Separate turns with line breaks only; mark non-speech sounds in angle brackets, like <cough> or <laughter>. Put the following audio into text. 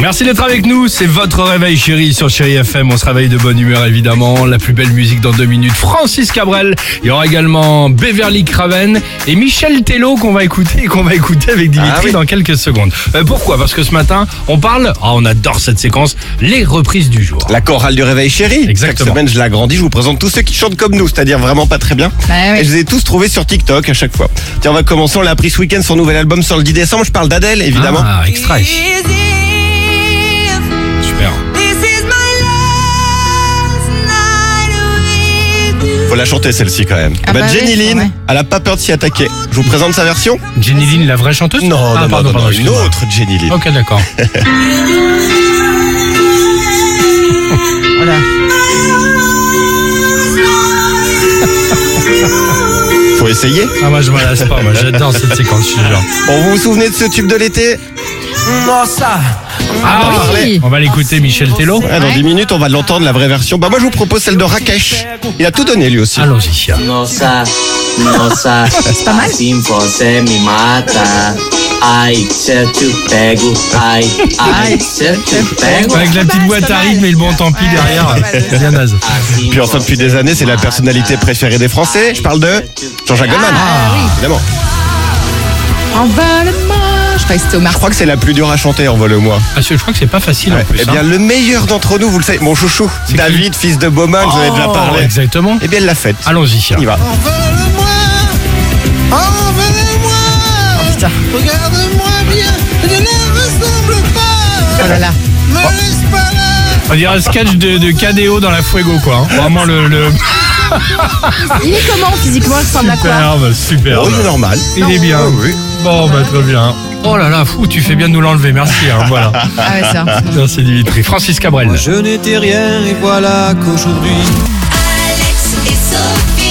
Merci d'être avec nous, c'est votre réveil chéri sur Chéri FM, on se réveille de bonne humeur évidemment, la plus belle musique dans deux minutes, Francis Cabrel, il y aura également Beverly Craven et Michel Tello qu'on va écouter et qu'on va écouter avec Dimitri
Ah oui.
dans quelques secondes. Euh, pourquoi Parce que ce matin, on parle, ah, on adore cette séquence, les reprises du jour.
La chorale du réveil chéri.
Exactement.
Chaque semaine, je l'agrandis, je vous présente tous ceux qui chantent comme nous, c'est-à-dire vraiment pas très bien.
Bah ouais.
Et je les ai tous trouvés sur TikTok à chaque fois. Tiens, on va commencer, on l'a appris ce week-end, son nouvel album sort le 10 décembre, je parle d'Adèle, évidemment.
Ah, extrait.
Is if
Super.
this is my last night with you.
Faut la chanter celle-ci quand même.
Ah
bah,
bah oui,
Jenny Lynn,
ouais.
elle a pas peur de s'y attaquer. Je vous présente sa version
Jenny Lynn, la vraie chanteuse Ah, pardon, pardon,
une
excuse-moi.
autre Jenny Lynn.
Ok, d'accord.
Voilà.
Faut essayer.
Ah, moi, je me lasse pas, moi, j'adore cette séquence, je te jure.
Bon, vous vous souvenez de ce tube de l'été
Ah,
oui.
on va l'écouter, Michel Tello.
Ouais, Dans
Ouais.
10 minutes, on va l'entendre, la vraie version. Bah moi, je vous propose celle de Rakesh. Il a tout donné lui aussi.
Allons-y.
Nosa, <laughs> nosa, assim você me mata. Ai, se eu te pego, ai, ai, se eu te pego.
Avec la petite
Pas mal,
boîte
pas
à
mal.
rythme, mais le bon tant pis
Ouais,
derrière.
pas mal,
C'est bien naze.
Assim
Puis enfin, depuis des
você
années, c'est la
me
personnalité
mata.
préférée des Français. Je parle de Jean-Jacques Goldman.
Ah, oui.
Évidemment.
Envole-moi. Je croyais que c'était au
Je
Marseille.
crois que c'est la plus dure à chanter, envole-moi.
Parce que Ah, je crois que c'est pas facile en plus.
Eh bien,
hein.
le meilleur d'entre nous, vous le savez, mon chouchou, David, fils de Bowman, je vous en ai déjà
Oh,
parlé.
Exactement.
Eh bien, il l'a faite.
Allons-y.
On y va.
putain. Oh là là.
On dirait un sketch de, de KDO dans la Fuego, quoi. hein. Vraiment le. le...
Il est comment physiquement Il ressemble à quoi
Superbe,
Oh,
superbe.
il est normal.
Il est bien.
oui.
Bon, bah, très bien. Oh là là, fou, tu fais bien de nous l'enlever, merci. hein,
<laughs>
voilà.
Ah ouais, ça.
Merci Dimitri. Francis Cabrel.
Je n'étais rien et voilà qu'aujourd'hui
Alex et Sophie.